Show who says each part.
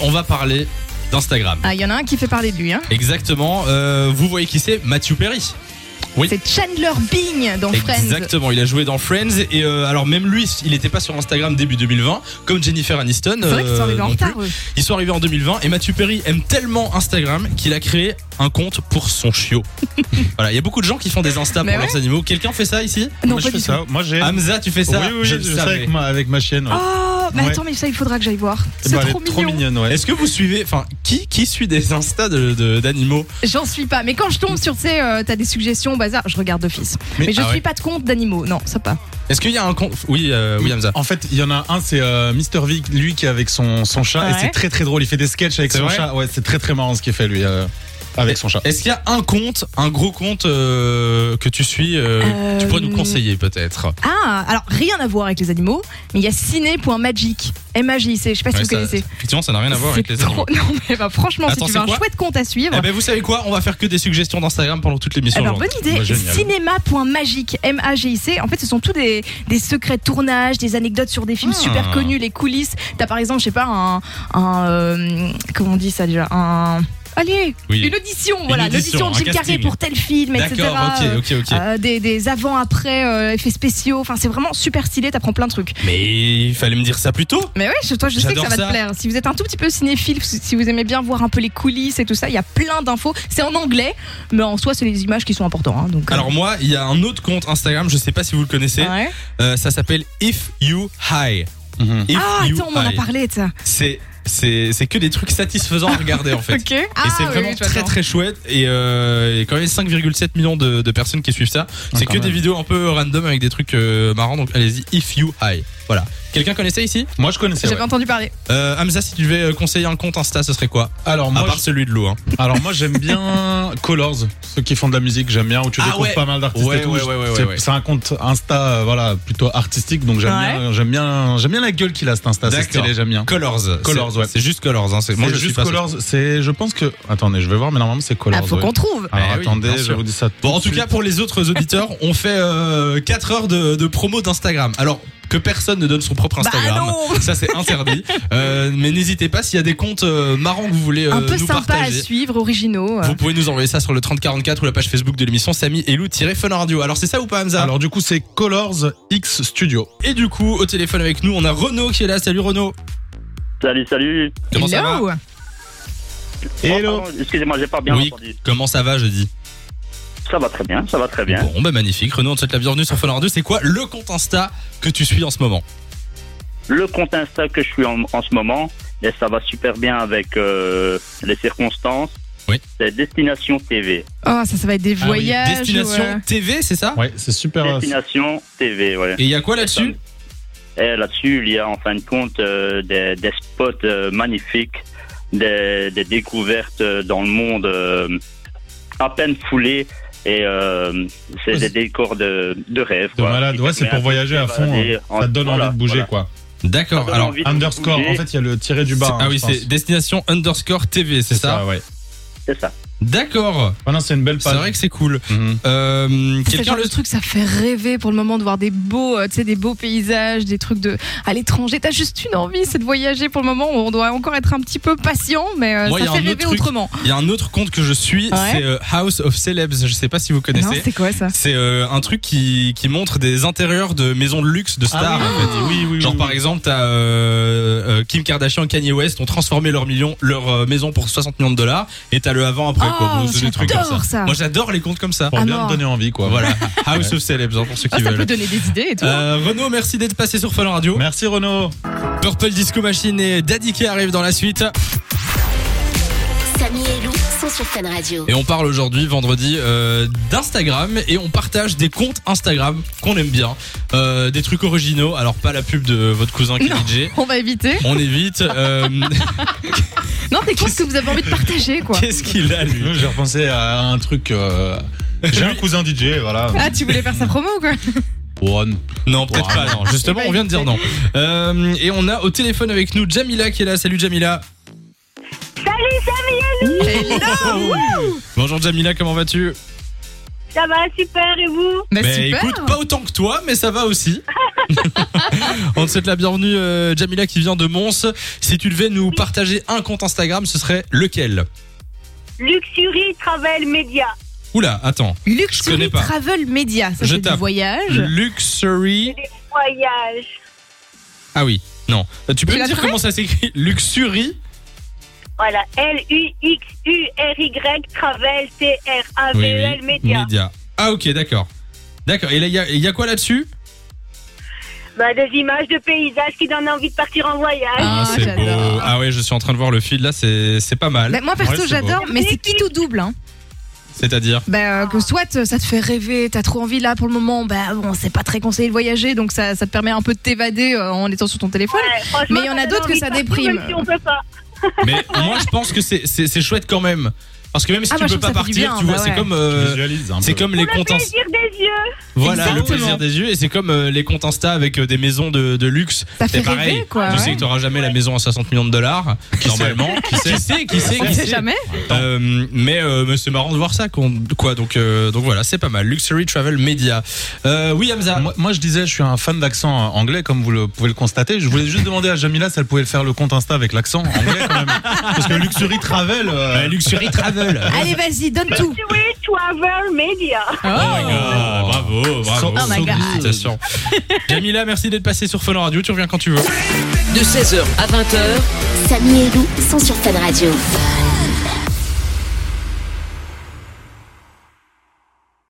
Speaker 1: On va parler d'Instagram.
Speaker 2: Ah, il y en a un qui fait parler de lui. Hein.
Speaker 1: Exactement. euh, vous voyez qui c'est Matthew Perry. Oui.
Speaker 2: C'est Chandler Bing dans Friends.
Speaker 1: Exactement. Il a joué dans Friends. Et euh, alors, même lui, il n'était pas sur Instagram début 2020, comme Jennifer Aniston.
Speaker 2: C'est vrai qu'ils sont arrivés en
Speaker 1: Euh, non plus.
Speaker 2: retard. eux.
Speaker 1: Ils sont arrivés en 2020. Et Matthew Perry aime tellement Instagram qu'il a créé un compte pour son chiot. voilà. Il y a beaucoup de gens qui font des Insta
Speaker 2: Mais
Speaker 1: pour
Speaker 2: ouais.
Speaker 1: leurs animaux. Quelqu'un fait ça ici
Speaker 2: Non,
Speaker 3: moi,
Speaker 2: pas
Speaker 3: je
Speaker 2: du
Speaker 3: fais
Speaker 2: tout.
Speaker 3: ça. Moi, j'ai.
Speaker 1: Hamza, tu fais Ah, ça
Speaker 3: oui, oui,
Speaker 1: Je
Speaker 3: je,
Speaker 1: le
Speaker 3: fais ça
Speaker 1: savais.
Speaker 3: avec, ma, avec ma chienne. ouais.
Speaker 2: Oh, mais
Speaker 3: Ouais.
Speaker 2: attends, mais ça, il faudra que j'aille voir.
Speaker 1: Eh
Speaker 2: C'est
Speaker 1: ben,
Speaker 3: Bah, elle
Speaker 2: trop
Speaker 3: est trop
Speaker 2: mignon.
Speaker 3: mignonne, ouais.
Speaker 1: Est-ce que vous suivez, enfin, qui, qui suit des Insta d'animaux de, d'animaux
Speaker 2: J'en suis pas. Mais quand je tombe sur, tu sais, euh, t'as des suggestions au bazar, je regarde d'office. Mais,
Speaker 1: Mais-
Speaker 2: je
Speaker 1: ah
Speaker 2: suis
Speaker 1: ouais.
Speaker 2: pas de compte d'animaux. Non, ça pas.
Speaker 1: Est-ce qu'il y a un compte Oui, euh, oui, Hamza.
Speaker 3: En fait, il y en a un, c'est euh, Mister V, lui qui est avec son, son chat,
Speaker 2: Ouais.
Speaker 3: et c'est très très drôle. Il fait des sketchs avec
Speaker 1: C'est
Speaker 3: son
Speaker 1: vrai
Speaker 3: chat. Ouais, c'est très très marrant ce qu'il fait, lui, euh, avec son chat.
Speaker 1: Est-ce qu'il y a un compte, un gros compte euh, que tu suis, euh,
Speaker 2: Euh,
Speaker 1: que tu pourrais nous conseiller peut-être
Speaker 2: Ah, alors rien à voir avec les animaux, mais il y a ciné.magic. M-A-J-C, je sais pas si
Speaker 1: Ouais,
Speaker 2: vous
Speaker 1: ça-
Speaker 2: connaissez.
Speaker 1: Effectivement, ça n'a rien à voir avec
Speaker 2: C'est
Speaker 1: les
Speaker 2: trop-
Speaker 1: animaux.
Speaker 2: Non, mais bah, franchement,
Speaker 1: Attends,
Speaker 2: si tu
Speaker 1: c'est
Speaker 2: veux un
Speaker 1: quoi
Speaker 2: chouette compte à suivre.
Speaker 1: Eh ben, vous savez quoi On va faire que des suggestions d'Instagram pendant toute l'émission.
Speaker 2: Alors, Eh ben, bonne
Speaker 1: aujourd'hui.
Speaker 2: idée,
Speaker 3: Bah, génial.
Speaker 2: cinéma.magic, M-A-G-I-C. En fait, ce sont tous des, des secrets de tournage, des anecdotes sur des films
Speaker 1: Ah.
Speaker 2: super connus, les coulisses. T'as par exemple, je sais pas, un. un, euh, comment on dit ça déjà Un. Allez
Speaker 1: Oui.
Speaker 2: Une audition, voilà,
Speaker 1: audition,
Speaker 2: l'audition de
Speaker 1: un
Speaker 2: Jim Carrey
Speaker 1: casting.
Speaker 2: pour tel film, etc.
Speaker 1: D'accord, ok, ok, ok.
Speaker 2: Euh, des, des avant-après euh, effets spéciaux, enfin c'est vraiment super stylé, t'apprends plein de trucs.
Speaker 1: Mais il fallait me dire ça plus tôt.
Speaker 2: Mais ouais, je- toi je sais que
Speaker 1: J'adore
Speaker 2: ça va te
Speaker 1: ça.
Speaker 2: plaire. Si vous êtes un tout petit peu cinéphile, si vous aimez bien voir un peu les coulisses et tout ça, il y a plein d'infos. C'est en anglais, mais en soi c'est les images qui sont importantes. hein, donc, euh,
Speaker 1: Alors moi, il y a un autre compte Instagram, je sais pas si vous le connaissez,
Speaker 2: ouais.
Speaker 1: euh, ça s'appelle If You High.
Speaker 3: Mhm.
Speaker 1: If
Speaker 2: Ah,
Speaker 1: You
Speaker 2: attends, on en a
Speaker 1: High.
Speaker 2: parlé de ça.
Speaker 1: C'est c'est c'est que des trucs satisfaisants à regarder en fait.
Speaker 2: Ok. Ah,
Speaker 1: Et c'est
Speaker 2: oui,
Speaker 1: vraiment
Speaker 2: oui,
Speaker 1: très
Speaker 2: j'adore.
Speaker 1: très chouette et, euh, et quand même 5,7 millions de, de personnes qui suivent ça. C'est
Speaker 3: quand
Speaker 1: que des
Speaker 3: même.
Speaker 1: vidéos un peu random avec des trucs euh, marrants donc allez-y if you high. Voilà. Quelqu'un connaissait ici
Speaker 3: Moi, je connaissais.
Speaker 2: J'avais
Speaker 3: ouais.
Speaker 2: entendu parler.
Speaker 1: euh, Hamza si tu devais euh, conseiller un compte Insta ce serait quoi
Speaker 3: Alors,
Speaker 1: À
Speaker 3: moi,
Speaker 1: part celui de Lou hein.
Speaker 3: je- alors, moi, j'aime bien Colors, ceux qui font de la musique. J'aime bien où tu
Speaker 1: Ah
Speaker 3: découvres
Speaker 1: ouais.
Speaker 3: pas mal d'artistes
Speaker 1: Ouais,
Speaker 3: et tout.
Speaker 1: ouais, ouais, ouais,
Speaker 3: c'est
Speaker 1: ouais.
Speaker 3: c'est un compte Insta, euh, voilà, plutôt artistique. Donc, j'aime
Speaker 2: Ouais.
Speaker 3: bien, j'aime bien, j'aime bien la gueule qu'il a cet Insta. C'est
Speaker 1: D'accord.
Speaker 3: stylé, j'aime bien.
Speaker 1: Colors. C'est-
Speaker 3: Colors, ouais.
Speaker 1: C'est juste Colors hein. C'est moi
Speaker 3: C'est
Speaker 1: je suis
Speaker 3: juste
Speaker 1: pas
Speaker 3: Colors. C'est, je pense que. Attendez, je vais voir, mais normalement, c'est Colors.
Speaker 2: Ah, faut
Speaker 3: ouais.
Speaker 2: qu'on trouve.
Speaker 3: Alors,
Speaker 1: Eh oui,
Speaker 3: attendez,
Speaker 1: bien
Speaker 3: je
Speaker 1: sûr.
Speaker 3: vous dis ça. tout
Speaker 1: Bon en
Speaker 3: de
Speaker 1: tout
Speaker 3: suite.
Speaker 1: cas pour les autres auditeurs, on fait 4 heures de, de promo d'Instagram. Alors que personne ne donne son propre
Speaker 2: Bah
Speaker 1: Instagram.
Speaker 2: non.
Speaker 1: ça c'est interdit. Euh, mais n'hésitez pas s'il y a des comptes euh, marrants que vous voulez
Speaker 2: Un
Speaker 1: euh,
Speaker 2: peu
Speaker 1: nous
Speaker 2: sympa
Speaker 1: partager.
Speaker 2: à suivre, originaux. euh.
Speaker 1: Vous pouvez nous envoyer ça sur le 3044 ou la page Facebook de l'émission Samy et Lou-Fun Radio. Alors c'est ça ou pas Hamza
Speaker 3: Alors du coup c'est Colors X Studio.
Speaker 1: Et du coup, au téléphone avec nous, on a Renaud qui est là. Salut Renaud
Speaker 4: Salut, salut.
Speaker 1: Comment ça va
Speaker 2: Hello.
Speaker 3: Hello.
Speaker 4: Oh, pardon, Excusez-moi, j'ai pas bien
Speaker 1: Oui,
Speaker 4: entendu.
Speaker 1: comment ça va je dis
Speaker 4: Ça va très bien, ça va très bien.
Speaker 1: Bon bah magnifique, Renaud on te souhaite la bienvenue sur Fun Radio. C'est quoi le compte Insta que tu suis en ce moment
Speaker 4: Le compte Insta que je suis en, en ce moment, et ça va super bien avec euh, les circonstances,
Speaker 1: Oui.
Speaker 4: c'est Destination TV.
Speaker 2: Oh, ça, ça va être des
Speaker 1: Ah oui,
Speaker 2: voyages. ou,
Speaker 1: Destination
Speaker 2: euh,
Speaker 1: TV, c'est ça
Speaker 3: Ouais, c'est super. euh,
Speaker 4: Destination TV, ouais.
Speaker 1: Et il y a quoi là-dessus
Speaker 4: Et là-dessus, il y a en fin de compte euh, des, des spots euh, magnifiques, des, des découvertes euh, dans le monde euh, à peine foulées. Et euh, c'est
Speaker 3: Ouais,
Speaker 4: des
Speaker 3: c'est-
Speaker 4: décors de, de rêve.
Speaker 3: De
Speaker 4: quoi.
Speaker 3: malade,
Speaker 4: Qui
Speaker 3: ouais,
Speaker 4: te
Speaker 3: c'est
Speaker 4: met
Speaker 3: pour
Speaker 4: un peu
Speaker 3: voyager à fond.
Speaker 4: balader
Speaker 3: hein.
Speaker 4: en-
Speaker 3: Ça te donne
Speaker 4: voilà,
Speaker 3: envie de bouger,
Speaker 4: voilà.
Speaker 3: quoi.
Speaker 4: Ça
Speaker 1: D'accord,
Speaker 4: donne
Speaker 1: alors...
Speaker 4: envie de
Speaker 3: Underscore,
Speaker 4: bouger,
Speaker 3: en fait, il y a le tiré du bas. hein,
Speaker 1: ah oui,
Speaker 3: je pense.
Speaker 1: c'est destination underscore TV, c'est ça,
Speaker 3: ouais.
Speaker 4: c'est ça.
Speaker 1: D'accord,
Speaker 3: Ah non, c'est une belle
Speaker 1: c'est
Speaker 3: page.
Speaker 1: vrai que c'est cool.
Speaker 3: Mhm.
Speaker 1: Euh,
Speaker 2: C'est le
Speaker 1: Quelqu'un
Speaker 2: genre
Speaker 1: le...
Speaker 2: de truc, ça fait rêver pour le moment de voir des beaux, euh, tu sais, des beaux paysages, des trucs de à l'étranger. T'as juste une envie, c'est de voyager pour le moment. On doit encore être un petit peu patient, mais euh,
Speaker 1: Moi, y
Speaker 2: ça
Speaker 1: a
Speaker 2: fait
Speaker 1: un autre
Speaker 2: rêver
Speaker 1: truc.
Speaker 2: autrement.
Speaker 1: Il y a un autre compte que je suis,
Speaker 2: Ouais.
Speaker 1: c'est euh, House of Celebs. Je sais pas si vous
Speaker 2: Non,
Speaker 1: connaissez.
Speaker 2: c'est quoi ça
Speaker 1: C'est euh, un truc qui, qui montre des intérieurs de maisons de luxe de
Speaker 3: Ah
Speaker 1: stars.
Speaker 3: oui,
Speaker 1: en fait.
Speaker 3: oui, oui, oui,
Speaker 1: Genre
Speaker 3: oui.
Speaker 1: par exemple, t'as euh, euh, Kim Kardashian, Kanye West ont transformé leur million, leur euh, maison pour 60 millions de dollars, et t'as le avant après. quoi.
Speaker 2: Oh,
Speaker 1: Bon, c'est des trucs comme ça.
Speaker 2: j'adore ça.
Speaker 1: Moi j'adore les comptes comme ça.
Speaker 3: Pour
Speaker 2: Ah
Speaker 3: bien
Speaker 2: non.
Speaker 3: te donner envie, quoi.
Speaker 1: Voilà, House of Celebs hein, pour ceux
Speaker 2: Oh,
Speaker 1: qui
Speaker 2: ça peut
Speaker 1: veulent.
Speaker 2: donner des idées et tout.
Speaker 1: Euh, Renaud, merci d'être passé sur Fun Radio.
Speaker 3: Merci Renaud.
Speaker 1: Purple Disco Machine et Daddy qui arrivent dans la suite.
Speaker 5: Samy et Lou sont sur Fun Radio.
Speaker 1: Et on parle aujourd'hui, vendredi, euh, d'Instagram et on partage des comptes Instagram qu'on aime bien, euh, des trucs originaux. Alors pas la pub de votre cousin qui est
Speaker 2: Non.
Speaker 1: DJ.
Speaker 2: On va éviter.
Speaker 1: On évite. euh,
Speaker 2: Non, des comptes que vous avez envie de partager, quoi.
Speaker 1: Qu'est-ce qu'il a lui
Speaker 3: J'ai repensé à un truc. euh, J'ai un cousin DJ, voilà.
Speaker 2: Ah, tu voulais faire sa promo ou quoi
Speaker 3: One.
Speaker 1: Non, peut-être
Speaker 3: Wow.
Speaker 1: pas. Non, justement,
Speaker 2: Il va
Speaker 1: on vient de dire non. Euh, et on a au téléphone avec nous Jamila qui est là. Salut Jamila.
Speaker 2: Hello
Speaker 1: Bonjour Jamila, comment vas-tu
Speaker 6: Ça va, super, et vous
Speaker 2: Bah,
Speaker 1: Bah,
Speaker 2: super
Speaker 1: écoute, pas autant que toi, mais ça va aussi. On te souhaite la bienvenue, euh, Jamila qui vient de Mons. Si tu devais nous partager un compte Instagram, ce serait lequel
Speaker 5: Luxury Travel Media.
Speaker 1: Oula, attends. connais
Speaker 2: Luxury
Speaker 1: pas.
Speaker 2: Travel Media, ça
Speaker 1: Je
Speaker 2: c'est du
Speaker 1: tape.
Speaker 2: voyage.
Speaker 1: Luxury.
Speaker 5: Voyage.
Speaker 1: Ah oui, non. Euh, Tu peux
Speaker 2: Tu
Speaker 1: me
Speaker 2: l'as
Speaker 1: dire
Speaker 2: trouvé
Speaker 1: comment ça s'écrit Luxury
Speaker 5: Voilà. L-U-X-U-R-Y Travel
Speaker 1: Oui,
Speaker 5: T-R-A-V-E-L
Speaker 1: oui.
Speaker 5: E Media.
Speaker 1: Ah ok, d'accord. D'accord. Et là, il y a- il y, a quoi là-dessus
Speaker 5: Bah, des images de paysages qui donnent envie de partir en voyage.
Speaker 2: Ah,
Speaker 1: c'est
Speaker 2: j'adore.
Speaker 1: beau. Ah ouais, je suis en train de voir le feed là, c'est c'est pas mal.
Speaker 2: Bah, moi perso
Speaker 1: Ouais, c'est beau.
Speaker 2: j'adore, mais c'est quitte au double. Hein.
Speaker 1: C'est-à-dire
Speaker 2: Bah, euh, que soit euh, ça te fait rêver, t'as trop envie là pour le moment, bah bon c'est pas très conseillé de voyager donc ça, ça te permet un peu de t'évader euh, en étant sur ton téléphone.
Speaker 1: Ah.
Speaker 5: Ouais, franchement,
Speaker 2: Mais il y en a
Speaker 5: donne
Speaker 2: d'autres que
Speaker 5: envie
Speaker 2: ça
Speaker 5: de partir,
Speaker 2: déprime.
Speaker 5: même si on peut pas.
Speaker 1: Mais moi, je pense que c'est- c'est c'est chouette quand même. Parce que même si
Speaker 2: Ah,
Speaker 1: tu
Speaker 2: moi, je
Speaker 1: peux
Speaker 2: trouve
Speaker 1: pas
Speaker 2: que ça fait
Speaker 1: partir,
Speaker 2: du bien,
Speaker 1: tu vois,
Speaker 2: bah
Speaker 1: c'est
Speaker 2: ouais.
Speaker 1: comme euh,
Speaker 3: Visualise un
Speaker 1: c'est
Speaker 3: peu.
Speaker 1: comme les comptes
Speaker 5: Le
Speaker 1: Insta.
Speaker 5: plaisir des yeux.
Speaker 1: Voilà, le
Speaker 2: Exactement.
Speaker 1: plaisir des yeux. Et c'est comme euh, les comptes Insta avec euh, des maisons de, de luxe.
Speaker 2: Ça fait
Speaker 1: C'est pareil.
Speaker 2: rêver quoi.
Speaker 1: tu
Speaker 2: ouais.
Speaker 1: sais que t'auras jamais la maison à 60 millions de dollars, normalement. qui sait, qui sait, qui sait,
Speaker 2: On sait jamais.
Speaker 1: Euh, mais euh, mais c'est marrant de voir ça. qu'on- quoi, donc, euh, donc voilà, c'est pas mal. Luxury Travel Media. Euh, oui,
Speaker 2: Ah.
Speaker 1: Hamza.
Speaker 3: Moi, moi, je disais, je suis un fan d'accent anglais, comme vous le pouvez le constater. Je voulais juste demander à Jamila si elle pouvait faire le compte Insta avec l'accent anglais, quand même. Parce que Luxury Travel. euh,
Speaker 1: Euh, Luxury Travel.
Speaker 2: Allez vas-y, donne tout.
Speaker 5: Luxury Travel Media.
Speaker 1: Oh my god, bravo, bravo.
Speaker 2: Oh my God.
Speaker 1: Félicitations. Jamila, merci d'être passée sur Fun Radio. Tu reviens quand tu veux.
Speaker 6: De 16h à 20h,
Speaker 7: Samy et Lou sont sur Fan Radio.